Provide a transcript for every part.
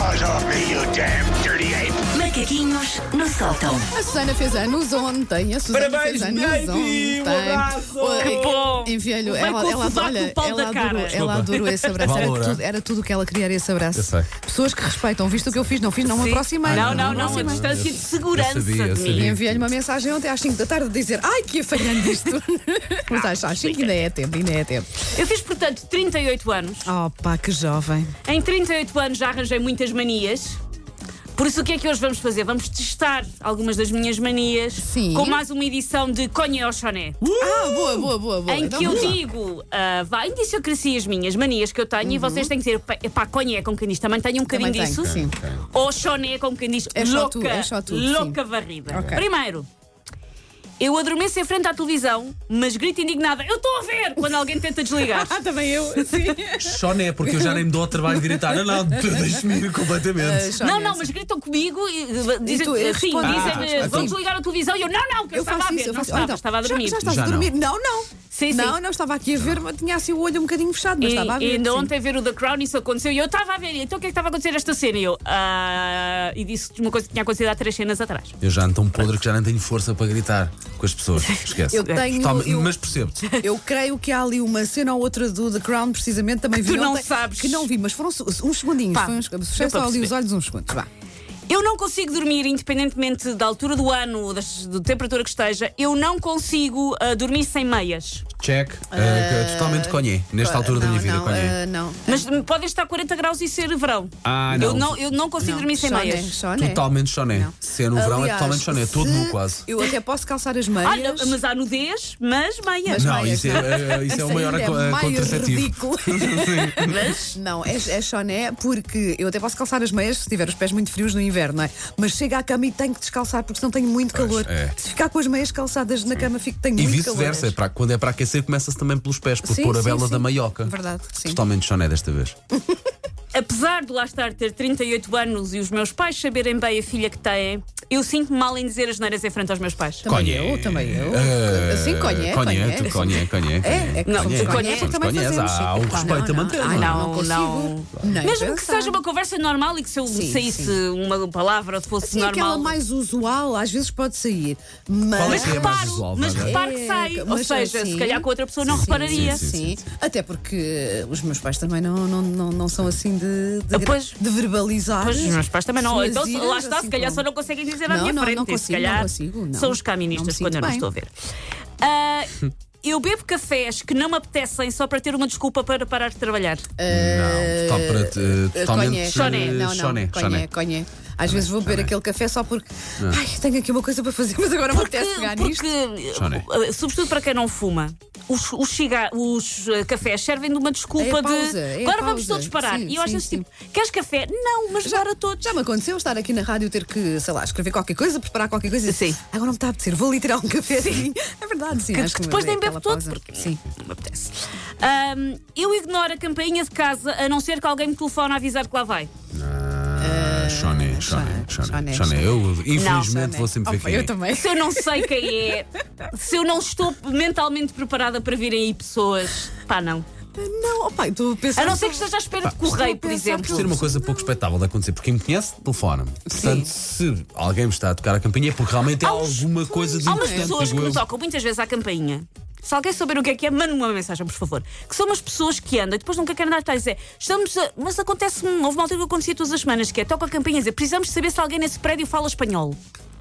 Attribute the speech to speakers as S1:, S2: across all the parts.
S1: You damn dirty ape!
S2: Macaquinhos no sótão.
S3: A Susana fez anos ontem. A Susana
S4: Parabéns,
S3: fez anos
S4: baby,
S3: ontem.
S4: um abraço.
S3: Oh,
S5: Que bom.
S3: Enviei-lhe.
S5: Vai
S3: Ela,
S5: com o
S3: ela,
S5: sovaco
S3: olha,
S5: do pau
S3: ela,
S5: da
S3: adorou,
S5: cara.
S3: ela adorou esse abraço. Era
S4: Valor,
S3: tudo, era tudo o que ela queria, era esse
S4: Eu
S3: abraço.
S4: sei.
S3: Pessoas que respeitam. Viste o que eu fiz? Não fiz, não me
S5: Sim.
S3: aproximei.
S5: Não, não,
S3: me
S5: não, a
S3: aproximei.
S5: distância de segurança
S4: eu sabia, eu
S5: de
S3: E
S4: sabia.
S5: mim.
S3: enviei-lhe uma mensagem ontem às 5 da tarde a dizer Ai, que afalhando isto. Mas acho, acho que ainda é tempo, ainda é tempo.
S5: Eu fiz, portanto, 38 anos.
S3: Oh pá, que jovem.
S5: Em 38 anos já arranjei muitas manias. Por isso, o que é que hoje vamos fazer? Vamos testar algumas das minhas manias
S3: Sim.
S5: com mais uma edição de Conha ou Choné,
S3: Ah, boa, boa, boa. boa.
S5: em
S3: Então,
S5: que eu
S3: vamos lá.
S5: digo, ah, vá, indiciocracia as minhas manias que eu tenho e vocês têm que dizer, pá, pá, Conha é como quem diz, também tenho um bocadinho
S3: Uhum. Também tenho,
S5: disso.
S3: sim.
S5: Ou Choné é como quem diz,
S3: É só
S5: louca,
S3: tu, é só tu, sim.
S5: louca varrida.
S3: Ok.
S5: Primeiro, eu adormeço em frente à televisão, mas grito indignada, eu estou a ver, quando alguém tenta desligar.
S3: Ah, também eu. Sim.
S4: Choné, porque eu já nem me dou ao trabalho de gritar. Não, não, tu deixa-me ir completamente.
S3: Ah,
S5: Não, não, mas gritam comigo e uh, dizem,
S3: tu, eh,
S5: sim,
S3: respondes. Ah,
S5: dizem, eh,
S3: respondes.
S5: vamos desligar a televisão e eu, não, não, que eu,
S3: Eu
S5: estava
S3: faço
S5: a ver,
S3: isso, eu
S5: não
S3: faço
S5: estava,
S3: Então,
S5: estava a
S3: já-
S5: dormir.
S3: Já, estás
S4: Já
S3: a
S4: não.
S3: dormir? Não, não.
S5: Sim, sim.
S3: Não, não, estava aqui a ver, mas tinha assim o olho um bocadinho fechado, mas
S5: E,
S3: estava a ver.
S5: e ainda
S3: sim.
S5: ontem a ver o The Crown isso aconteceu e eu estava a ver, então o que é que estava a acontecer esta cena? E eu, ah, e disse uma coisa que tinha acontecido há três cenas atrás.
S4: Eu já ando tão podre que já nem tenho força para gritar com as pessoas. Esquece.
S3: Eu tenho-
S4: Toma-
S3: eu-
S4: Mas percebo-te.
S3: Eu creio que há ali uma cena ou outra do The Crown, precisamente, também vi
S5: tu não
S3: ontem,
S5: sabes.
S3: Que não vi, mas foram se- uns segundinhos.
S5: Pá,
S3: foi uns,
S5: deu
S3: fechei
S5: para
S3: só ali
S5: perceber.
S3: os olhos uns segundos. Vá.
S5: Eu não consigo dormir, independentemente da altura do ano, das- da temperatura que esteja, eu não consigo ah, dormir sem meias.
S4: Check. Eh, totalmente conhé. Nesta altura da
S3: Não,
S4: minha vida,
S3: não,
S4: conhé.
S3: ah, não.
S5: Mas pode estar 40 graus e ser verão.
S4: Ah,
S5: Eu
S4: não.
S5: não, eu não consigo dormir sem
S3: Só
S5: meias.
S3: nem- só nem.
S4: Totalmente choné.
S3: Não.
S4: Se é no verão, é
S3: Aliás,
S4: totalmente choné. Todo
S3: se- é
S4: nu quase.
S3: Eu até posso calçar as meias.
S5: Olha, mas há nudez, mas
S3: Mas
S5: meias.
S4: Não,
S3: meias,
S4: isso é, eh, isso é o
S3: ainda
S4: maior aco- eh,
S3: mais
S4: contraceptivo.
S3: ridículo. Não, é, é choné porque eu até posso calçar as meias se tiver os pés muito frios no inverno, não é? Mas chego à cama e tenho que descalçar porque senão tenho muito
S4: Pois,
S3: calor.
S4: é.
S3: Se ficar com as meias calçadas na cama, fico, tenho
S4: E
S3: muito calor.
S4: vice-versa, é para- quando é para aquecer, começa-se também pelos pés, por
S3: Sim,
S4: pôr a
S3: sim,
S4: vela
S3: sim.
S4: da maioca.
S3: Verdade, sim.
S4: Totalmente choné desta vez.
S5: Apesar de lá estar ter 38 anos e os meus pais saberem bem a filha que têm, eu sinto-me mal em dizer as neiras em frente aos meus pais.
S3: Também
S4: Conhé.
S3: eu, também eu.
S4: Eh,
S3: Sim, conhé,
S4: Conhé, tu conhé, conhé.
S3: É, é que
S5: Não,
S3: somos
S5: tu
S3: conhé,
S5: conhece,
S3: também
S4: conhece,
S3: fazemos.
S4: há um
S3: Pá,
S4: respeito
S3: não,
S4: a manter,
S3: Não,
S5: não é?
S3: não, não, consigo.
S5: Não.
S3: Nem
S5: Mesmo que
S3: pensar.
S5: seja uma conversa normal e que se eu
S3: é Sim,
S5: saísse
S3: sim.
S5: uma palavra fosse
S3: Sim, aquela
S5: normal.
S3: mais usual, às vezes pode sair. Mas,
S4: Qual é
S5: Mas
S4: que é a mais
S5: reparo,
S4: usual,
S5: mas
S4: Wanda?
S5: reparo que sai.
S3: É,
S5: Ou
S3: mas
S5: seja,
S3: assim-
S5: se calhar com outra pessoa não
S3: Sim,
S5: repararia.
S3: Sim,
S4: Sim,
S3: sim,
S4: sim,
S3: Até porque eh, os meus pais também não, não, não, não são assim de, de,
S5: Ah, pois.
S3: de verbalizar.
S5: Pois, os meus pais também não.
S3: Suas
S5: Então, se- lá
S3: iras,
S5: está,
S3: assim,
S5: se calhar
S3: como-
S5: só não conseguem dizer à
S3: Não,
S5: minha
S3: não,
S5: frente.
S3: não
S5: se
S3: consigo,
S5: calhar
S3: não consigo, não.
S5: são os caministas
S3: Não me
S5: quando eu
S3: sinto
S5: não estou a ver. Ah, eu bebo cafés que não me apetecem só para ter uma desculpa para parar de
S4: Não,
S5: trabalhar.
S4: está para te-
S3: Eh,
S4: totalmente
S5: Choné.
S4: eh,
S3: Não, não,
S4: choné,
S3: conhé,
S4: choné.
S3: conhé. Às vezes vou beber
S4: choné. Ah.
S3: aquele café só porque ai, tenho aqui uma coisa para fazer, mas agora me apetece pegar nisto.
S5: porque,
S4: Choné.
S5: eh, sobretudo para quem não fuma, os, os, ciga- os, eh, cafés servem de uma desculpa
S3: É a pausa,
S5: de.
S3: é a
S5: agora vamos
S3: pausa."
S5: todos parar.
S3: Sim,
S5: e eu às
S3: sim,
S5: vezes
S3: sim.
S5: tipo, queres café? Não, mas para todos.
S3: Já me aconteceu estar aqui na rádio ter que, sei lá, escrever qualquer coisa, preparar qualquer coisa. e
S5: Sim.
S3: Agora não me está a apetecer, vou ali tirar um café. É verdade, sim.
S5: Que,
S3: acho
S5: que
S3: que
S5: depois
S3: é
S5: nem
S3: aquela
S5: bebo todo,
S3: pausa.
S5: porque
S3: Sim.
S5: não me apetece. Ahm, eu ignoro a campainha de casa, a não ser que alguém me telefone a avisar que lá vai.
S4: Ah, Choné, Choné,
S3: choné,
S4: Choné. Choné. Eu, infelizmente,
S3: Choné.
S4: vou sempre ver
S3: Opa,
S4: quem
S3: Eu
S4: é.
S3: também.
S5: Se eu não sei quem é, se eu não estou mentalmente preparada para virem aí pessoas, pá, não.
S3: Não, opa, eu estou a pensar.
S5: A não ser que esteja à espera de correio,
S3: estou a
S5: por
S3: pensar
S5: exemplo.
S4: Por ser uma coisa pouco espetável de acontecer, porque quem me conhece, telefona-me. Portanto, se alguém me está a tocar a campainha é porque realmente é
S5: Há uns-
S4: alguma coisa de
S5: Há umas
S4: importante,
S5: pessoas que
S4: digo
S5: me
S4: eu.
S5: tocam muitas vezes à campainha. Se alguém souber o que é que é, manda-me uma mensagem, por favor. Que são umas pessoas que andam e depois nunca querem dar detalhes. É, estamos a- Mas acontece-me, houve uma altura que acontecia todas as semanas, que é toca a campainha e dizer, precisamos saber se alguém nesse prédio fala espanhol.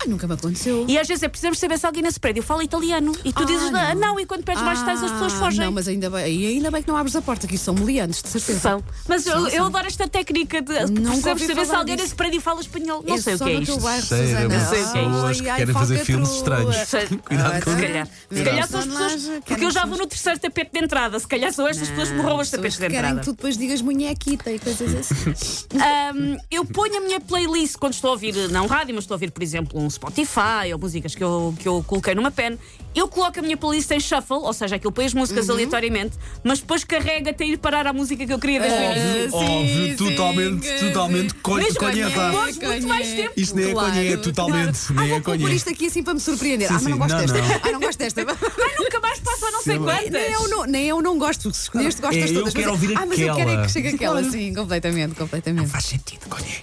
S3: Ai, nunca me aconteceu.
S5: E às vezes é, precisamos saber se alguém nesse prédio fala italiano. E tu
S3: Ah,
S5: dizes,
S3: não.
S5: não. não, e quando pedes mais detalhes as pessoas
S3: Ah,
S5: fogem.
S3: Não, mas ainda bem, e ainda bem que não abres a porta, que isso são meliantes, de certeza.
S5: São. Mas eu,
S3: São,
S5: eu
S3: são.
S5: adoro esta técnica de
S3: Nunca
S5: precisamos
S3: ouvi
S5: saber se
S3: falar
S5: alguém
S3: disso.
S5: nesse prédio fala espanhol. Não
S3: É
S5: sei o
S3: só
S5: que é
S3: no teu
S5: isto.
S3: bairro,
S4: Cheira
S3: Susana.
S4: de
S5: sei o que é isto.
S4: pessoas que
S3: Ai, ai,
S4: querem fazer
S3: falcatrua.
S4: filmes estranhos.
S5: Sei-
S4: Cuidado com
S5: Ah, Se calhar. Se calhar são as pessoas. Porque eu já vou no terceiro tapete de entrada. Se calhar são estas pessoas que me roubam os
S3: Pessoas
S5: tapetes de
S3: que querem
S5: entrada.
S3: que tu depois digas munhequita e coisas
S4: Hum.
S3: assim.
S5: Ahm, eu ponho a minha playlist quando estou a ouvir, não rádio, mas estou a ouvir, por exemplo, um Spotify ou músicas que eu, que eu coloquei numa pen. Eu coloco a minha playlist em shuffle, ou seja, aquilo põe as músicas aleatoriamente, mas depois carrega até ir parar à música que eu queria desde o
S3: É.
S5: início.
S4: Óbvio, óbvio,
S3: Ah, sim,
S4: totalmente,
S3: sim.
S4: totalmente co-
S5: Mesmo
S4: conhece.
S5: conhece. Gosto muito mais tempo.
S4: Isto nem é
S3: Claro,
S4: conhé, totalmente.
S3: claro.
S4: Nem
S3: ah,
S4: é
S3: vou pôr
S4: conhé.
S3: isto aqui assim para me surpreender.
S4: Sim,
S3: ah, mas
S4: sim,
S3: não gosto
S4: não,
S3: desta.
S4: não.
S3: Ah, não gosto desta.
S5: Ai, nunca mais passo a não sei
S4: Sim,
S5: quantas.
S3: Nem eu, não, nem eu não gosto. Se escolheste, gostas
S4: É, eu
S3: todas. mas
S4: quero ouvir
S3: ah, mas eu quero é
S4: aquela.
S5: Ah,
S3: que chegue aquela, sim, completamente, completamente.
S4: Faz sentido, conhé.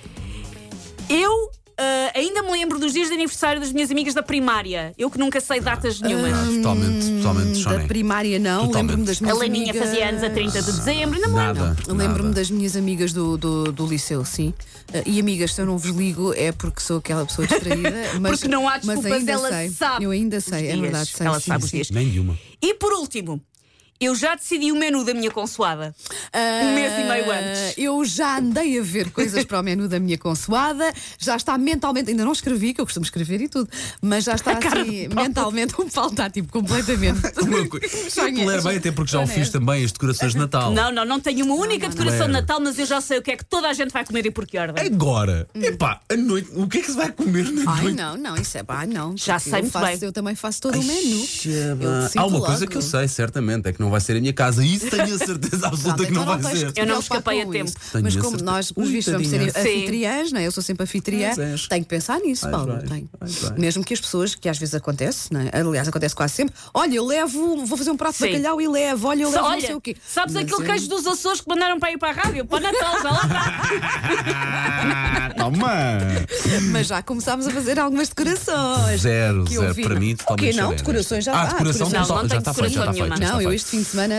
S5: Eu ah, ainda me lembro dos dias de aniversário das minhas amigas da primária. Eu que nunca sei datas nenhumas.
S4: Ah, totalmente, totalmente
S3: Hum, Da
S4: choné.
S3: primária, não.
S4: Totalmente.
S3: Lembro-me das
S5: a
S3: minhas
S5: Laninha
S3: amigas.
S5: fazia anos a 30 de dezembro, é? ainda me lembro.
S4: Nada.
S3: Lembro-me
S4: nada.
S3: das minhas amigas do, do, do liceu, sim. Eh, E amigas, se eu não vos ligo é porque sou aquela pessoa distraída. Mas,
S5: Porque não há
S3: mas
S5: desculpas,
S3: ainda
S5: ela
S3: sei.
S5: sabe.
S3: Eu ainda
S5: os
S3: sei, é
S5: dias.
S3: verdade, sei.
S5: Ela
S3: sim,
S5: sabe os
S3: sim.
S5: dias.
S4: Nem de uma.
S5: E por último, eu já decidi o menu da minha consoada. um mês e meio
S3: Ah,
S5: antes.
S3: Eu já andei a ver coisas para o menu da minha consoada, já está mentalmente, ainda não escrevi, que eu costumo escrever e tudo, mas já está assim, mentalmente, o Paulo está tipo completamente.
S4: Uma co- Ler bem, até porque já o fiz também, as decorações de Natal.
S5: Não, não, não tenho uma única decoração
S4: Claro.
S5: de Natal, mas eu já sei o que é que toda a gente vai comer e por que ordem.
S4: Agora, epá, a noite, o que é que se vai comer na
S3: Ai
S4: noite?
S3: não, não, isso é. Ai não,
S5: Já
S3: porque
S5: sei
S3: eu
S5: muito
S3: faço,
S5: bem.
S3: Eu também faço todo o menu. Eu
S4: Ah,
S3: decido
S4: Há uma
S3: logo.
S4: coisa que eu sei, certamente, é que não vai ser a minha casa. Isso tenho a certeza absoluta
S3: Pronto,
S4: que não
S3: então
S4: vai
S3: tens
S4: ser.
S3: que te
S5: Eu não me
S3: preocupar
S5: escapei
S3: com
S5: a tempo.
S3: isso.
S4: Tenho
S3: Mas
S4: a
S3: como
S4: certeza.
S3: nós, pelos
S4: Ui,
S3: vistos, vamos ser
S4: tadinha.
S5: Sim.
S3: anfitriãs, não é? Eu sou sempre anfitriã,
S4: Pois és.
S3: tenho que pensar nisso,
S4: Vais,
S3: Paulo.
S4: vais,
S3: tenho.
S4: vais, vais.
S3: Mesmo que as pessoas, que às vezes acontece, não é? aliás, acontece quase sempre, olha, eu levo, vou fazer um prato de
S5: Sim.
S3: bacalhau e levo, olha, eu levo
S5: Só,
S3: não sei
S5: olha,
S3: o quê.
S5: sabes
S3: Mas
S5: aquele
S3: eu-
S5: queijo dos Açores que mandaram para ir para a rádio? Para o Natal, já lá está.
S4: Ah, toma!
S3: Mas já começámos a fazer algumas decorações.
S4: Zero,
S3: Que eu
S4: zero.
S3: vi,
S4: Para
S3: não.
S4: mim, totalmente.
S3: Ok, não,
S4: chalé,
S3: decorações já-
S4: Ah,
S3: ah,
S4: decoração
S3: decoração.
S4: só-
S5: Não, não
S4: já
S5: tem
S4: está feito, já está
S5: decoração
S4: feito. já
S5: nenhuma.
S4: está
S3: Não, eu
S4: feito.
S3: este fim de semana.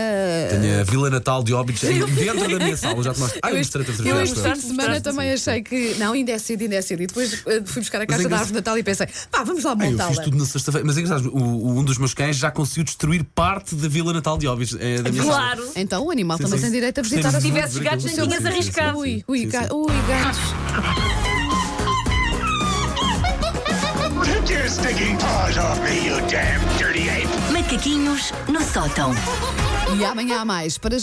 S4: Tenho a Vila Natal de Óbidos em- dentro da minha sala. Já te mostro. Ah, eu mostrei outra
S3: Eu
S4: vez.
S3: este fim de
S5: Mostraste,
S3: semana
S5: mostraste,
S3: também achei que. Não, ainda é cedo, ainda é cedo. E depois eh, fui buscar a
S4: é
S3: caixa da árvore
S4: engraçado.
S3: de Natal e pensei, pá, vamos lá
S4: Ah, eu
S3: montá-la.
S4: fiz tudo na sexta-feira. Mas é que sabes, o- o- um dos meus cães já conseguiu destruir parte da Vila Natal de Óbidos. É, da minha sala.
S5: Claro.
S3: Então o animal
S4: Sim,
S3: também
S4: sim.
S3: tem direito a
S4: Gostei
S3: visitar a
S4: muito
S5: Se
S3: sua.
S5: tivesse
S4: de ver
S5: gatos,
S4: aquilo.
S5: nem tinhas
S4: Sim, sim,
S5: arriscado.
S4: sim,
S3: Ui,
S4: sim,
S3: ui,
S4: sim,
S3: ga-
S4: sim.
S3: ui, gatos.
S1: Take your stinking paws off me, you damn dirty ape!
S2: Macaquinhos no sótão.
S3: E amanhã há mais. Para